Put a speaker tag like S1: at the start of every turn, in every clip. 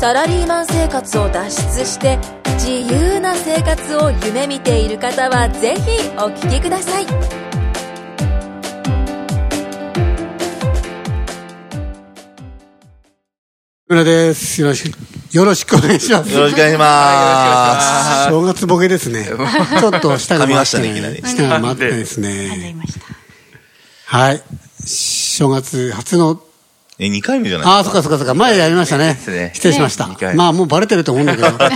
S1: サラリーマン生活を脱出して自由な生活を夢見ている方はぜひお聞きください
S2: 村です。よろしく、よろしくお願いします。
S3: よろしくお願いしま
S2: 正月ボケですね。ちょっと下が
S3: 噛
S2: 回
S3: みま
S2: っ
S3: したね
S2: て
S3: いきなり
S2: 下が回ってないです
S4: 噛んじゃい
S2: ね。
S4: ました。
S2: はい。正月初の、
S3: す。え、2回目じゃない
S2: ああ、そっかそっかそっか、前やりましたね。
S3: すね
S2: 失礼しました
S3: ね二。回
S2: まあもうバレてると思うんだけど。だか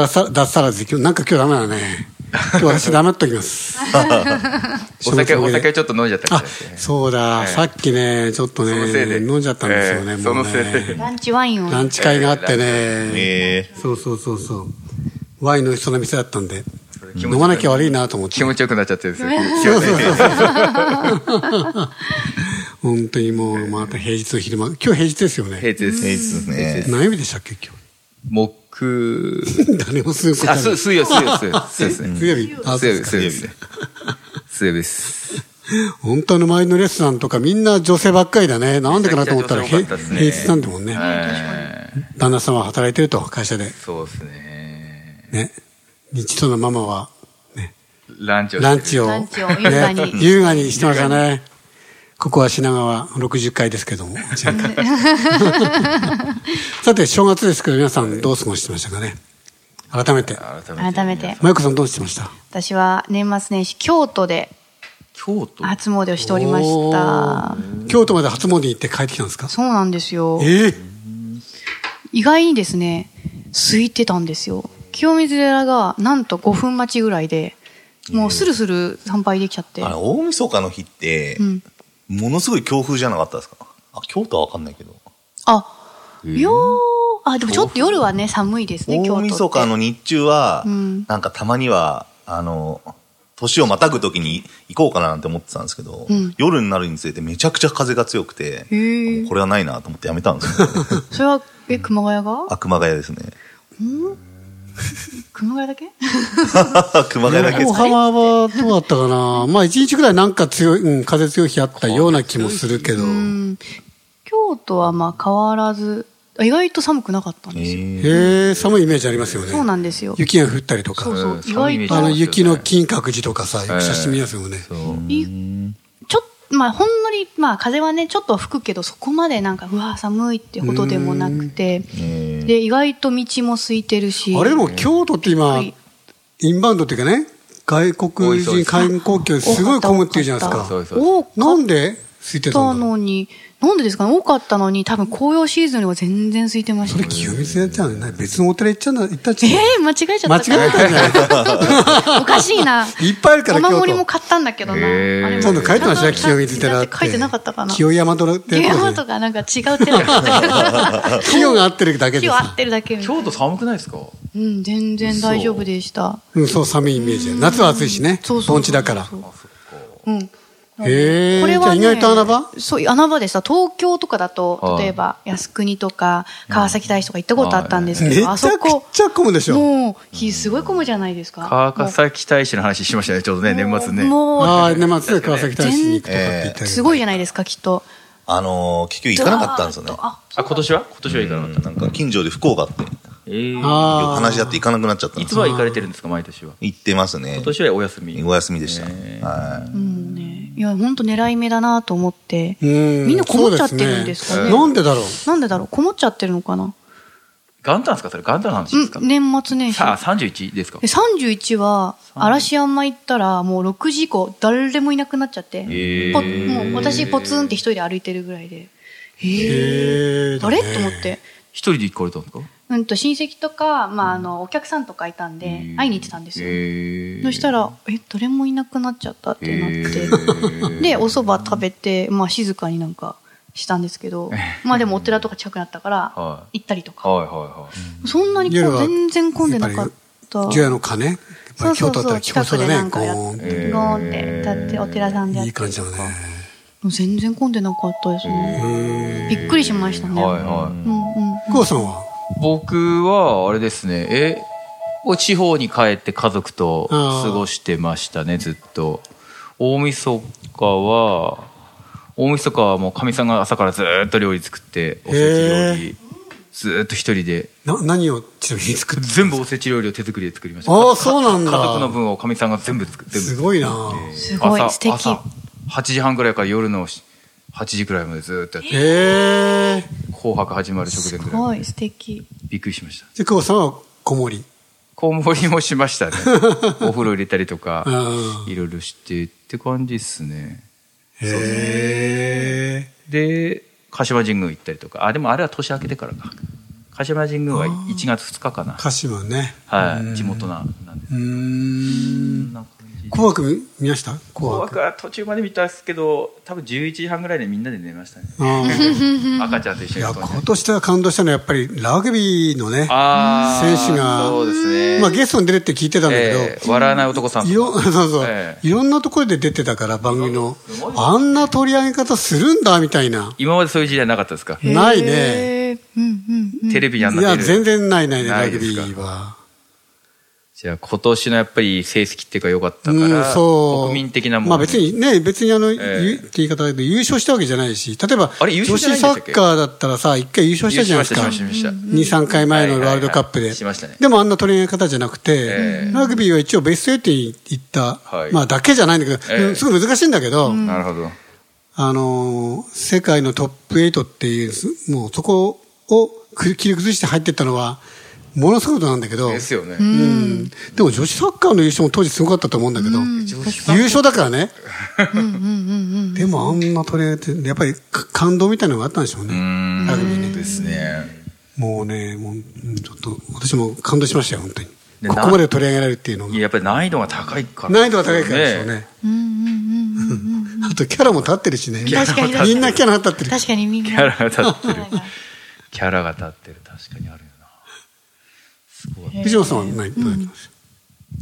S2: らさ脱サラズ、今日、なんか今日ダメだね。今日私黙っときます。
S5: お酒、
S2: 正月ボ
S5: お
S2: ケで
S5: 酒ちょっと飲んじゃったみ
S2: あ
S5: たいですね、
S2: そうだ、
S5: ええ
S2: さっきね、ちょっと
S5: そのせ
S2: ね、
S5: いで
S2: 飲んじゃったんですよね、
S5: え
S2: もう
S5: え
S2: ね
S5: そのせいで
S4: ランチワインを。
S2: ランチ会があってね。
S3: え
S2: そうそうそうそう。ワインの人の店だったんで、
S5: 気持ち悪い
S2: 飲まなきゃ悪いなと思って
S5: 気。持ちよくなっちゃってるんです
S2: そ
S5: よ。
S2: うそうそうそう。本当にもう、また平日の昼間。今日平日ですよ
S5: 平
S2: ね。
S5: 日で
S3: ー、
S5: す。
S3: 平日ですね。
S2: 何曜日でしたっけ、今
S5: 木、
S2: 日。誰もすぐ答
S5: あ、
S2: えな
S5: す
S2: い。
S5: 水曜、水曜、水曜。そうですね。
S2: 水曜日。あ、
S5: 水
S2: そう
S5: 曜
S2: で
S5: 日、
S2: すか
S5: 水曜日。水曜日です。
S2: 本当の周りのレストランとかみんな女性ばっかりだね。なんでかなと思ったら、
S5: めちゃ
S2: 平
S5: くちゃ女性多かったですね
S2: 平日なんだもんね。
S5: はい。
S2: 旦那様は働いてると、会社で。
S5: そうですね。
S2: ね。日とのママは、
S5: ランチをして
S2: ラ
S5: る
S2: ンチを、
S4: ランチを優雅に
S2: ね優雅にしてましたね。ここは品川60階ですけど も。さて、正月ですけど、皆さんどう過ごしてましたかね。改めて。
S5: 改めて。
S4: 改めて、
S2: マイコさんどうしてました
S4: 私は年末年始、京都で
S5: 京都
S4: 初詣をしておりました
S2: お。ー京都まで初詣行って帰ってきたんですか
S4: そうなんですよ。
S2: ええ
S4: 意外にですね、空いてたんですよ。清水寺がなんと5分待ちぐらいで、もうスルスル参拝できちゃって。
S3: あれ、大晦日の日って、
S4: うん。
S3: ものすごい強風じゃなかったですかあ、京都はわかんないけど。
S4: あ、よー、あ、でもちょっと夜はね、寒いですね、京都
S3: 大
S4: って。
S3: 晦日の日中は、
S4: うん
S3: なんかたまには、あの、年をまたぐ時に行こうかななんて思ってたんですけど、
S4: うん
S3: 夜になるにつれてめちゃくちゃ風が強くて、
S4: へー
S3: もうこれはないなと思ってやめたんですよ、ね。
S4: それは、え、熊谷が
S3: あ、熊谷ですね。
S4: 熊谷だけ
S3: 熊谷だけです
S2: 横浜はどうだったかなまあ一日ぐらいなんか強い、うん、風強い日あったような気もするけど。
S4: うん。京都はまあ変わらず、あ意外と寒くなかったん
S3: え
S4: ですよ。
S3: ー
S2: へえ、寒いイメージありますよね。
S4: そうなんですよ。
S2: 雪が降ったりとか。
S4: そうそう
S5: うん
S4: 意外と
S2: あの
S5: 寒いイメージりますよね
S2: 雪の金閣寺とかさ、よく写真見ますよね。
S4: いちょっと、まあ、ほんのり、まあ、風はね、ちょっとは吹くけど、そこまでなんか、うわー、寒いってほどでもなくて、で、意外と道も空いてるし、
S2: あれでも京都って今、
S4: はい
S2: インバウンドっていうかね、外国
S5: 多い
S2: 人観光客すごい混むっていうじゃないです
S5: そ
S2: か。
S5: うですそう
S4: 多か
S2: な
S4: っ
S2: んで空いてた
S4: た
S2: んだろう
S4: のに、なんでですかね、多かったのに、多分紅葉シーズンには全然空いてまし
S2: そ
S4: た
S2: れ
S4: よ。
S2: 清水やっちゃうね。別のお寺行っちゃうな、行ったっち
S4: え
S2: ゃう
S4: ー、間違えちゃ
S2: 間
S4: っ
S2: 違
S4: たかな
S2: えたんじゃない
S4: おかしいな。
S2: いっぱいあるから
S4: お守り
S2: 京
S4: も
S2: 都
S4: 買ったんだけどな。
S5: へー
S4: あれも
S2: 今度書いてましたね、
S4: ち
S2: 清
S4: ゃんと
S2: 水寺っ
S4: だ
S2: て。
S4: 書いてなかったかな。
S2: 清山寺って
S4: 清
S2: やつ
S4: 山
S2: だ
S4: と
S2: ね。
S4: かなんか違う寺だ ったから
S2: 清が合ってるだけで
S4: 清合っ
S2: さ。
S4: てるだけみたいな
S5: 京都寒くないですか
S4: うん、全然大丈夫でした。
S2: うん、そう、寒いイメージだよ。夏は暑いしね。
S4: そうそうそう
S2: 盆地だから。
S4: うん。
S2: へえ。じゃあ意外と穴場
S4: そう、穴場でさ、東京とかだと
S5: は、い
S4: 例えば靖国とか川崎大師とか行ったことあったんです
S2: め
S4: け
S2: ち
S4: ど、
S2: ゃ
S4: あ
S2: く
S4: そこ、
S2: ちゃ混むでしょ。
S4: もう、日すごい混むじゃないですか。
S5: 川崎大使の話しましたね、ちょうどね、年末ね。
S4: もう、もう
S2: ああ、年末で川崎大師に行くとかって言ったけど
S4: すごいじゃないですか、きっと。
S3: あのー結局行かなかったんですよね。
S4: あ、
S5: あ、今年は今年は行かなかった。
S3: なんか近所で不幸があって、よ
S5: えー
S3: く
S2: あ
S3: 話し合って行かなくなっちゃったん
S5: い
S3: で
S5: つ
S3: すよ
S5: は行かれてるんですか、毎年は。
S3: 行ってますね
S5: 今。年はお休み。
S3: お休みでした。
S5: え
S3: はい。
S4: もうね、いや、ほんと狙い目だなと思って。
S2: あ。うん
S4: みんなこもっちゃってるんですかね
S2: そうなんでだろう。
S4: なんでだろう、こもっちゃってるのかな。
S5: 元旦ですかそれ元旦の話ですか
S4: うん、年末年始。
S5: さあ、31ですか
S4: で31は嵐山行ったらもう6時以降誰もいなくなっちゃって、
S5: ー
S4: ぽもう私ポツンって一人で歩いてるぐらいで
S2: へえ。
S4: あれと思って
S5: 一人で行かれたんですか
S4: うんと親戚とか、まあ、あのお客さんとかいたんで会いに行ってたんですよ
S5: え
S4: そしたらえ誰もいなくなっちゃったってなってでお蕎麦食べて、まあ、静かになんかしたんです けどまあでもお寺とか近くなったから
S5: は
S4: 行ったりとか
S5: はいはいはい。
S4: そんなにこ
S2: 夜
S4: う
S2: は
S4: 全然混んでなかっと
S2: 除夜の鐘やっぱ
S4: そう
S2: り京
S4: そ
S2: 都
S4: う
S2: だった
S4: そ
S2: ら聞こえそう
S4: う近く
S2: だ
S4: で
S2: ね
S4: なんかやっ
S2: ゴーン
S4: ゴ
S2: っ
S4: ーンって立ってお寺さんで
S2: て
S4: やっ
S2: いい
S4: て
S2: 感じだね
S4: もう全然混んでなかったですねびっくりしましたね、
S5: はいはい。
S4: うんうん
S2: 久保さんは
S5: 僕はあれですねえ地方に帰って家族と過ごしてましたねずっと大晦日は大晦日はもうかみさんが朝からずーっと料理作っておせち料理ずーっと一人で
S2: な何をちなみに作って
S5: 全部おせち料理を手作りで作りました
S2: あー
S5: か
S2: そうなんだ
S5: 家族の分をかみさんが全部作って
S2: すごいな
S4: すごい素敵
S5: 朝8時半ぐらいから夜の8時くらいまでずーっとやって
S2: へえ
S5: 紅白始まる直前
S4: す
S5: ぐらい
S4: ごい素敵
S5: びっくりしました
S2: で久保さんは子守り
S5: こもりもしま したねお風呂入れたりとか
S2: うん
S5: いろいろしてって感じですね
S2: へえ
S5: で鹿島神宮行ったりとかあでもあれは年明けてからか鹿島神宮は1月2日かな
S2: 鹿島ね
S5: はい地元ななんです
S2: うー
S5: そん
S2: ん
S5: な感じ
S2: 紅白見ました紅
S5: 紅
S2: 白
S5: 白は途中まで見たんですけど多分11時半ぐらいでみんなで寝ましたね
S2: うん
S5: 赤ちゃんと一
S2: い
S5: 緒に
S2: や
S5: 布団に
S2: 今年は感動したのはやっぱりラグビーのね
S5: あー
S2: 選手が
S5: そうですね
S2: まあ、ゲストに出るって聞いてたんだけど、
S5: ええ笑わない男さん
S2: いろ そうそう、
S5: え
S2: いろんなところで出てたから番組の
S5: すごい
S2: あんな取り上げ方するんだみたいな
S5: 今までそういう時代なかったですか
S2: ないね
S4: へーうんうんうん
S5: テレビやん
S2: い
S5: な
S2: や
S5: ってる
S2: 全然ないないね
S5: な
S2: ラ
S5: い
S2: グ
S5: です
S2: ビ
S5: か
S2: ーは
S5: じゃあ今年のやっぱり成績っていうか良かったから、
S2: うんそう
S5: 国民的なもの、
S2: まあ別にね別にあの、
S5: え
S2: ゆって言い方だけど優勝したわけじゃないし例えば
S5: あれ優
S2: 女
S5: 勝
S2: 子
S5: じゃないんで
S2: サ
S5: したっけ
S2: ッカーだったらさ一回優勝したじゃないです
S5: 優
S2: か
S5: 勝しましたしました
S2: 23回前のワールドカップ
S5: はいはい
S2: で
S5: はいしましたね
S2: でもあんな取り上げ方じゃなく
S5: え
S2: て
S5: え
S2: ラグビーは一応ベスト8に行った
S5: はい
S2: まあだけじゃないんだけ
S5: ええ
S2: どうんすごい難しいんだけど、
S5: なるほど
S2: あのー世界のトップ8っていうすもうそこをく切り崩して入ってったのはものすごいことなんだけど
S5: ですよね、
S2: うんでも女子サッカーの優勝も当時すごかったと思うんだけど、優勝だからねでもあんな取り上げてやっぱりか感動みたいなのがあったんでしょうねラグビーね
S5: ですね
S2: もうねもううんちょっと私も感動しましたよ本当に
S5: で
S2: ここまで取り上げられるっていうの
S5: い
S2: が
S5: ややっぱり難易度が高いから、
S2: 難易度が高いからでしょうねあとキャラも立ってるしね
S4: 確かに
S2: みんなキャラ立ってる
S4: 確かにみんな
S5: キャラが立ってる
S4: はいはい
S5: キャラが立ってる確かにあるよなすごい
S2: 藤本さんは何どうやってます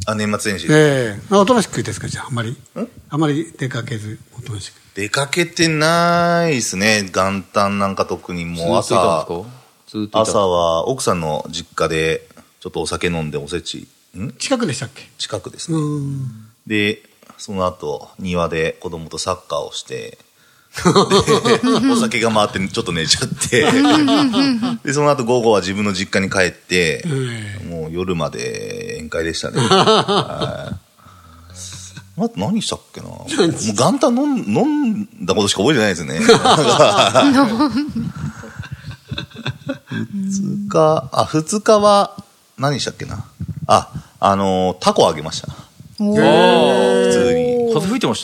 S3: あ、年末年始。
S2: ええあおとなしくですかじゃああんまりあまり出かけずおとなしく
S3: 出かけてないですね。元旦なんか特にもう朝、
S5: ずっといたんですかずっといた
S3: 朝は奥さんの実家で、ちょっとお酒飲んでおせち、ん
S2: 近くでしたっけ
S3: 近くです
S2: う
S3: ね。
S2: ん
S3: で、その後、庭で子供とサッカーを して、でお酒が回ってちょっと寝ちゃ って、で、その後午後は自分の実家に帰って、
S2: え
S3: もう夜まで宴会でしたね。はいあと何したっけなもう元旦飲ん飲んだことしか覚えてないですね。二日、あ、二日は何したっけなあ、あのータコあげました。
S5: あ
S4: おー
S5: ー
S3: 普通に。
S5: 風吹いてまし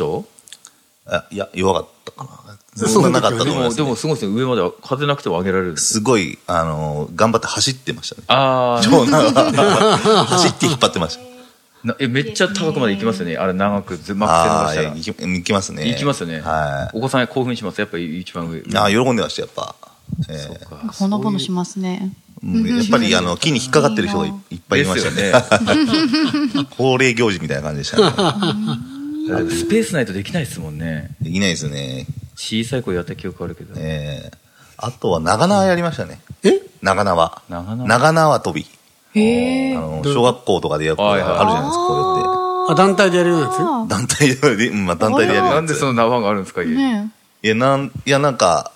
S5: た
S3: あいや、弱かったかな。
S2: そ
S3: そ
S2: うん
S3: ななかったと
S5: で
S3: 思いま
S5: も
S3: す、
S5: でもすごいですね上までは風なくても上げられるんです
S3: すごい、あのー頑張って走ってましたね。
S5: ああ
S3: 長男は走って引っ張ってました。
S5: えめっちゃ高くまで行きますよねあれ長くずま
S3: あ
S5: く
S3: あ
S5: 背
S3: ー、
S5: 伸ばし
S3: 行き行きます
S5: た
S3: ね。
S5: ら行きますよね
S3: はい。
S5: お子さん興奮しますやっぱり一番上
S3: ああ、喜んでました、やっぱ。ええ
S4: ほのぼのしますね
S3: うんやっぱりあの木に引っかかってる人がいいっぱいいました
S5: で
S3: ね。
S5: すよ
S3: 恒例行事みたいな感じでした、ね。
S5: ね スペースないとできないですもんね
S3: できないですね。
S5: 小さい頃やった記憶あるけど、
S3: ええあとは長縄やりましたね。
S2: え
S3: 長縄。
S5: 長縄
S3: 長縄跳び。
S4: へえ
S3: あの小学校とかでやることが
S5: はいはい
S3: あるじゃないですか、こうやって。
S2: あ団体でやるようなやつ
S3: 団体で、うんまあ、団体でやるやつ
S5: なんでその縄があるんですか家に、
S4: ね
S3: いや、なん、いや、なんか、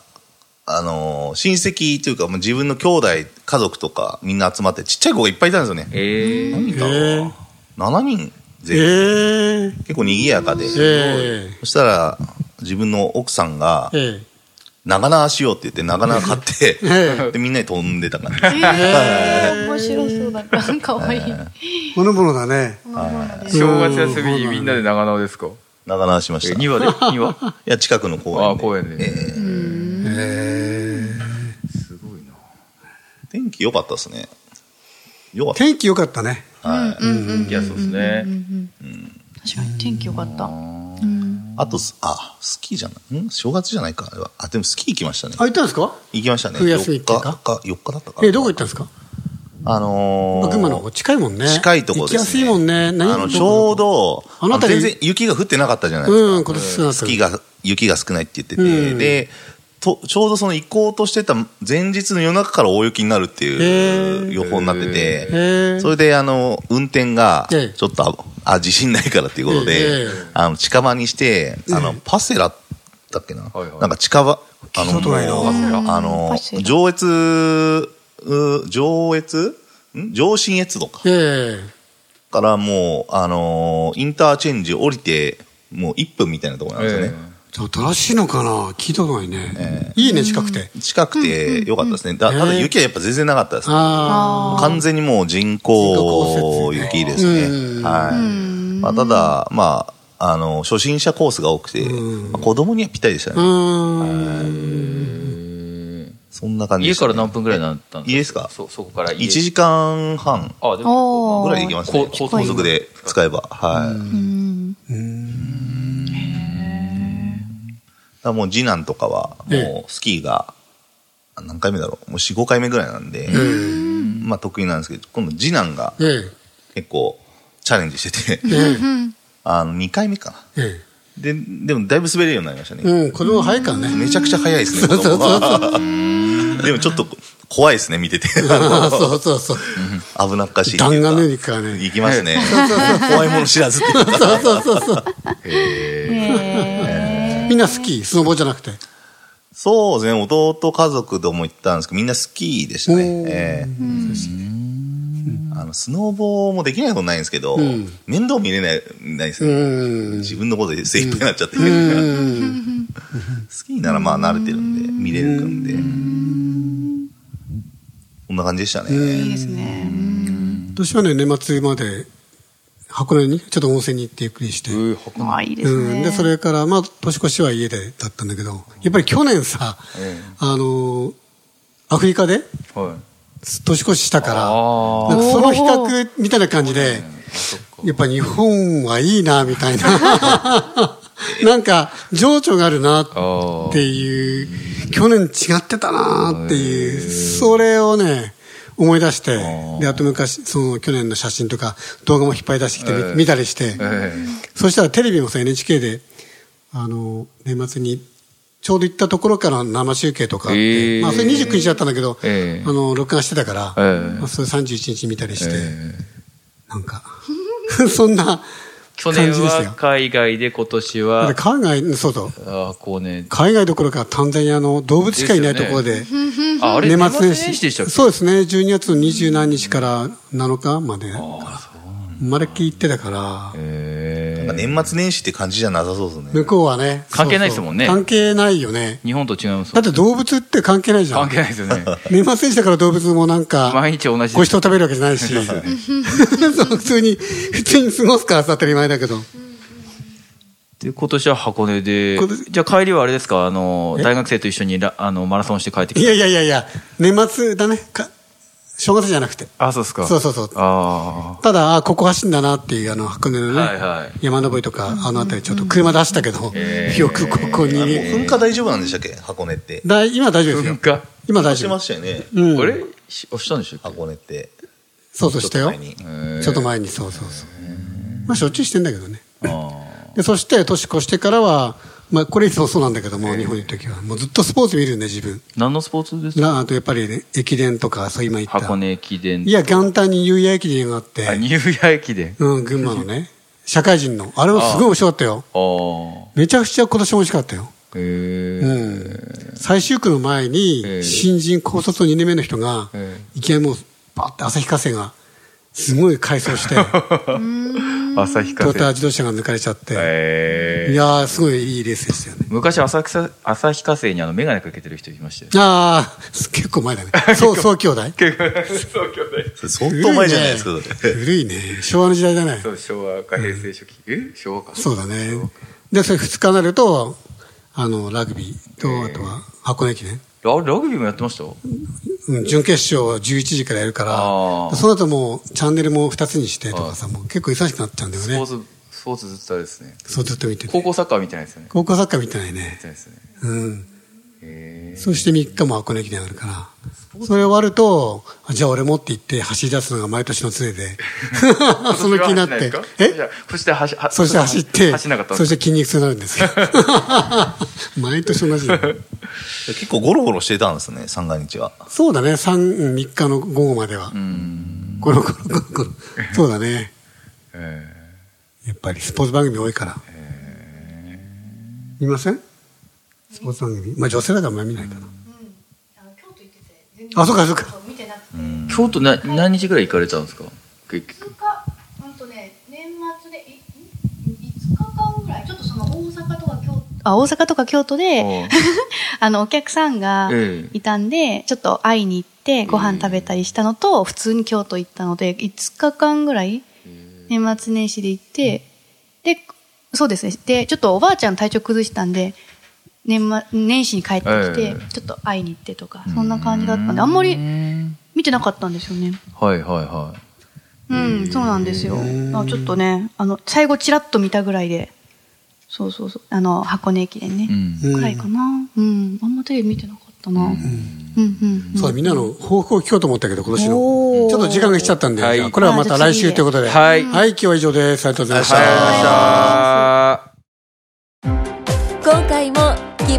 S3: あのー親戚というか、まあ、自分の兄弟、家族とか、みんな集まって、ちっちゃい子がいっぱいいたんですよね。
S5: ええ
S3: 何人いたの
S2: えー
S3: 7人
S2: え
S3: 全員
S2: え
S3: 結構賑やかで。
S2: え
S3: そしたら、自分の奥さんが
S2: え、え
S3: 長縄しようって言って、長縄 買って、
S2: え
S3: で、みんなに飛んでた感じです。
S4: えへえ面白そうだからかわいい
S2: えものものだね
S5: 正月休みにみんなで長縄ですか
S3: 長縄しました。い
S5: 庭で 庭あ
S3: や、近くの公園
S5: あ
S3: で。
S5: 公園で、
S3: 天気良かったですね。良かった。
S2: 天気良かったね
S5: いやそうですね、
S4: 確かに天気良かった
S3: あと、すあ、スキーじゃないん正月じゃないか、あれは。あ、でもスキー行きましたね
S2: あ。行ったんですか
S3: 行きましたね。
S2: 冬休みっていうか
S3: 4日、4日だったかな
S2: えどこ行ったんですか
S3: あのー
S2: 群馬の方近いもんね。
S3: 近いとこです、ね。
S2: 行きやすいもんね。何
S3: あの、ちょうど、
S2: あの辺り
S3: 全然雪が降ってなかったじゃないですか。
S2: うん、今年少なかった
S3: スキーが、雪が少ないって言ってて、
S2: うん
S3: で、とちょうどその行こうとしてた前日の夜中から大雪になるって
S2: へ
S3: い
S2: ー
S3: う予報になってて、
S2: へー
S3: それであの運転が
S2: ええ
S3: ちょっとああ自信ないからっていうこと
S2: え
S3: で、
S2: え
S3: あの近場にしてあのパセラだっけな、
S5: はいはい
S3: なんか近場あ
S2: 聞いたことないな
S3: もうあの
S4: パセラ
S3: 上越う上越ん上信越とか
S2: え
S3: からもうあのインターチェンジ降りてもう1分みたいなところなんですよね。
S5: え
S2: え。
S5: え
S2: 正しいのかな聞いたことないね。いいね、近くて。
S3: 近くてよかったですね。だただ雪はやっぱ全然なかったですね。
S2: あ
S3: 完全にもう人工雪です
S2: う
S3: ね。
S2: ん
S3: はい。まあ、ただ、まあ、あの、初心者コースが多くて、まあ子供にはぴったりでした
S2: あ。う
S3: ね。
S2: ーん。
S3: そんな感じで
S5: 家
S3: した
S5: か
S3: ね
S5: ら何分ぐらいだったん
S3: 家ですか
S5: そそこから家
S3: 1時間半
S5: あでも
S4: おー
S3: ぐらいで行きましたね。
S5: こ
S3: 高速で使えば。はい。だからもう次男とかは、
S2: え
S3: もうスキーが、何回目だろうもう4、5回目ぐらいなんで、まあ得意なんですけど、今度次男が
S2: ええ。
S3: 結構チャレンジしてて、
S2: え
S3: あの、2回目かな。
S2: え。え
S3: で、でもだいぶ滑れるようになりました
S2: え。
S3: ね。
S2: うん、子供早いからね。
S3: めちゃくちゃ速いですね、子供は。でもちょっと怖いですね、見てて。
S2: ああ、 そうそうそう。
S3: 危なっかしいってい
S2: 弾
S3: うか。
S2: 丸のように行くからね。
S3: 行きますね。怖いもの知らずっていうか。
S2: みんなスキー、スノボじゃなくて。
S3: そうですね、弟家族とも行ったんですけど、みんなスキーでしたね。ええあのスノーボーもできないことないんですけど、面倒見れないないです
S2: う
S3: ね。
S2: ーん。
S3: 自分のことで精一杯になっちゃって、
S2: うん。
S3: スキーならまあ慣れてるんで、見れるんで。こんな感じでしたね。
S4: いいですね。
S2: 私はね、年末まで箱根に、ちょっと温泉に行ってゆっくりして。
S5: えーは
S4: うんああ、いいです
S2: う
S4: ね。
S2: ん、でそれから、まあ、年越しは家でだったんだけどやっぱり去年さ、あのーアフリカで
S5: はい
S2: 年越ししたから
S5: あー
S2: なんかその比較みたいな感じでやっぱ日本はいいなみたいななんか情緒があるなっていう去年違ってたなっていうそれをね思い出してであと昔その去年の写真とか動画も引っ張り出してきてみ、
S5: ええ
S2: 見たりして。
S5: ええ
S2: そしたらテレビもさ NHK であの年末にちょうど行ったところからの生中継とかあって、
S5: えー
S2: まあ、それ29日だったんだけど、
S5: ええ
S2: あの録画してたから、
S5: ええ
S2: まあ、それ31日見たりして、
S5: ええ
S2: なんか そんな
S5: 去
S2: 感
S5: 年
S2: じですよ
S5: は。海外で今年
S2: だ
S5: は
S2: って海外うんそうそう
S5: あこうね
S2: 海外どころかタンザニアの動物しかいないところで
S5: ああれ
S2: 年
S5: 年
S2: 末
S5: 末
S2: 年
S5: 年
S2: 始
S5: 始でしたっけ
S2: そうですね12月の二十何日から7日まで生まれっきり行ってたから。
S5: え
S3: なんか年末年始って感じじゃなさそうですね。
S2: 向こうはね。
S5: 関係ないですもんね
S2: そうそう関係ないよね。
S5: ー日本と違います
S2: だって動物って関係ないじゃん。
S5: 関係ないです よね
S2: 年末年始だから動物もなんか、
S5: 毎日同じ
S2: ご人を食べるわけじゃない し、そう普通に、普通に過ごすからさ当たり前だけど。
S5: で今年は箱根で
S2: 今年
S5: じゃあ帰りはあれですかあの大学生と一緒にラあのマラソンして帰って
S2: い
S5: き
S2: やいやいやいや、年末だね。か正月じゃなくて。
S5: たあそうですか
S2: そうそうそう。
S5: あ
S2: ただ、あここ走んだなっていう、あの、箱根のね、
S5: はいはい
S2: 山登りとか、あの辺りちょっと車出したけど、よくここに
S3: あもう
S2: ね。
S3: 噴火大丈夫なんでしたっけ箱根って。
S2: だい今大丈夫
S5: あ
S2: です
S5: 噴
S2: よ。
S5: 火
S2: 今大
S3: して
S2: 丈
S3: ま
S2: 夫。
S3: したよね。
S2: うん
S5: あれししたんでしたっけ
S3: 箱根って。
S2: そうそうしたよ
S3: ちょっと前。に
S2: ちょっと前に、そうそうそう。まあ、しょっちゅうしてんだけどね。で、そして、年越してからは、まあ、これいつもそうなんだけども、日本にいる時は。もうずっとスポーツ見るんで、自分。
S5: 何のスポーツですか
S2: なあと、やっぱりね、駅伝とか、そう、今言った。
S5: 箱根駅伝
S2: いや、元旦に夕夜駅伝があっ
S5: あ
S2: て、
S5: ニューヤ駅伝
S2: うん、群馬のね、社会人の。あれもすごい面白かったよ。
S5: ああ
S2: めちゃくちゃ今年も美味しかったよ。
S5: へえ
S2: うん。最終区の前
S5: え
S2: に、
S5: え
S2: 新人高卒2年目の人が
S5: え、
S2: いきなりもう、バーって旭化成が、すごい改装して、ト
S5: 旭化
S2: ヨタ
S5: 成
S2: 自動車が抜かれちゃって。
S5: へ
S2: い
S5: え
S2: やー、すごいいいレースでしたよね。
S5: 昔浅草旭化成にあの眼鏡かけてる人いましたよ
S2: ああ、結構 前だね。そう、そう兄弟
S5: 結構そう兄弟
S3: それ相当前じゃないですか。
S2: 古いね
S3: それ
S2: 古いね。昭和の時代だね。
S5: そう昭和か平成初期、え昭和か
S2: そうだね。で、それ2日になると、あの、ラグビーと、あとは箱根駅伝。
S5: あラグビーもやってました
S2: うん、準決勝は11時からやるから、
S5: あー
S2: その後もうチャンネルも2つにしてとかさ、もう結構忙しくなっちゃうんだよ
S5: スポ
S2: ね
S5: ー。ツスポーツずっとあれですね
S2: そうずっと見てて
S5: 高。校サッカーみたいなやつよね
S2: 高校サッカー見てないね
S5: み。たいですね
S2: うん。そして3日も箱根駅伝あるから。それ終わると、あじゃあ俺もって言って走り出すのが毎年の杖 で。その気になって。
S5: え
S2: え
S5: そして走は
S2: そして走って、
S5: 走んなかったん
S2: そ
S5: で
S2: し
S5: す
S2: て筋肉痛になるんですよ。 毎年同じだよ。
S3: 結構ゴロゴロしてたんですね、三が日は。
S2: そうだね、3、3日の午後までは。コロコロコロコロ。そうだね。やっぱりスポーツ番組多いから。見ませんスポーツ番組。まあ女性だからあんまり見ないかな。あ、そうかそうか。
S4: 見てなくて
S5: 京都な何日ぐらい行かれたんですか結局
S4: 5日、うんとね、年末で、いん5日間ぐらい、ちょっとその大阪とか京都。あ大阪とか京都で、あの、お客さんが
S5: ええ
S4: いたんで、ちょっと会いに行って、ご飯食べたりしたのと、普通に京都行ったので、5日間ぐらい、年末年始で行って、で、そうですね。で、ちょっとおばあちゃん体調崩したんで、年末、年始に帰ってき
S5: え
S4: て、ちょっと会いに行ってとか、そんな感じだったんで、あんまり見てなかったんですよね。
S5: はいはいはい
S4: うん、そうなんですよ。あちょっとね、あの、最後チラッと見たぐらいで、そうそうそう、あの、箱根駅伝ね、
S5: うん
S2: うん
S4: ぐらいかな。うん、あんまテレビ見てなかったな。うん、うん、うん。
S2: そうだ、みんなの報告を聞こうと思ったけど、今年の。
S4: おー
S2: ちょっと時間が来ちゃったんで、
S5: はい
S2: じゃあこれはまた来週ということで。
S5: はい
S2: はい、今日は以上です。ありがとうございました。
S5: ありがとうございました
S1: 今回も木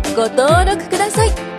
S1: ご登録ください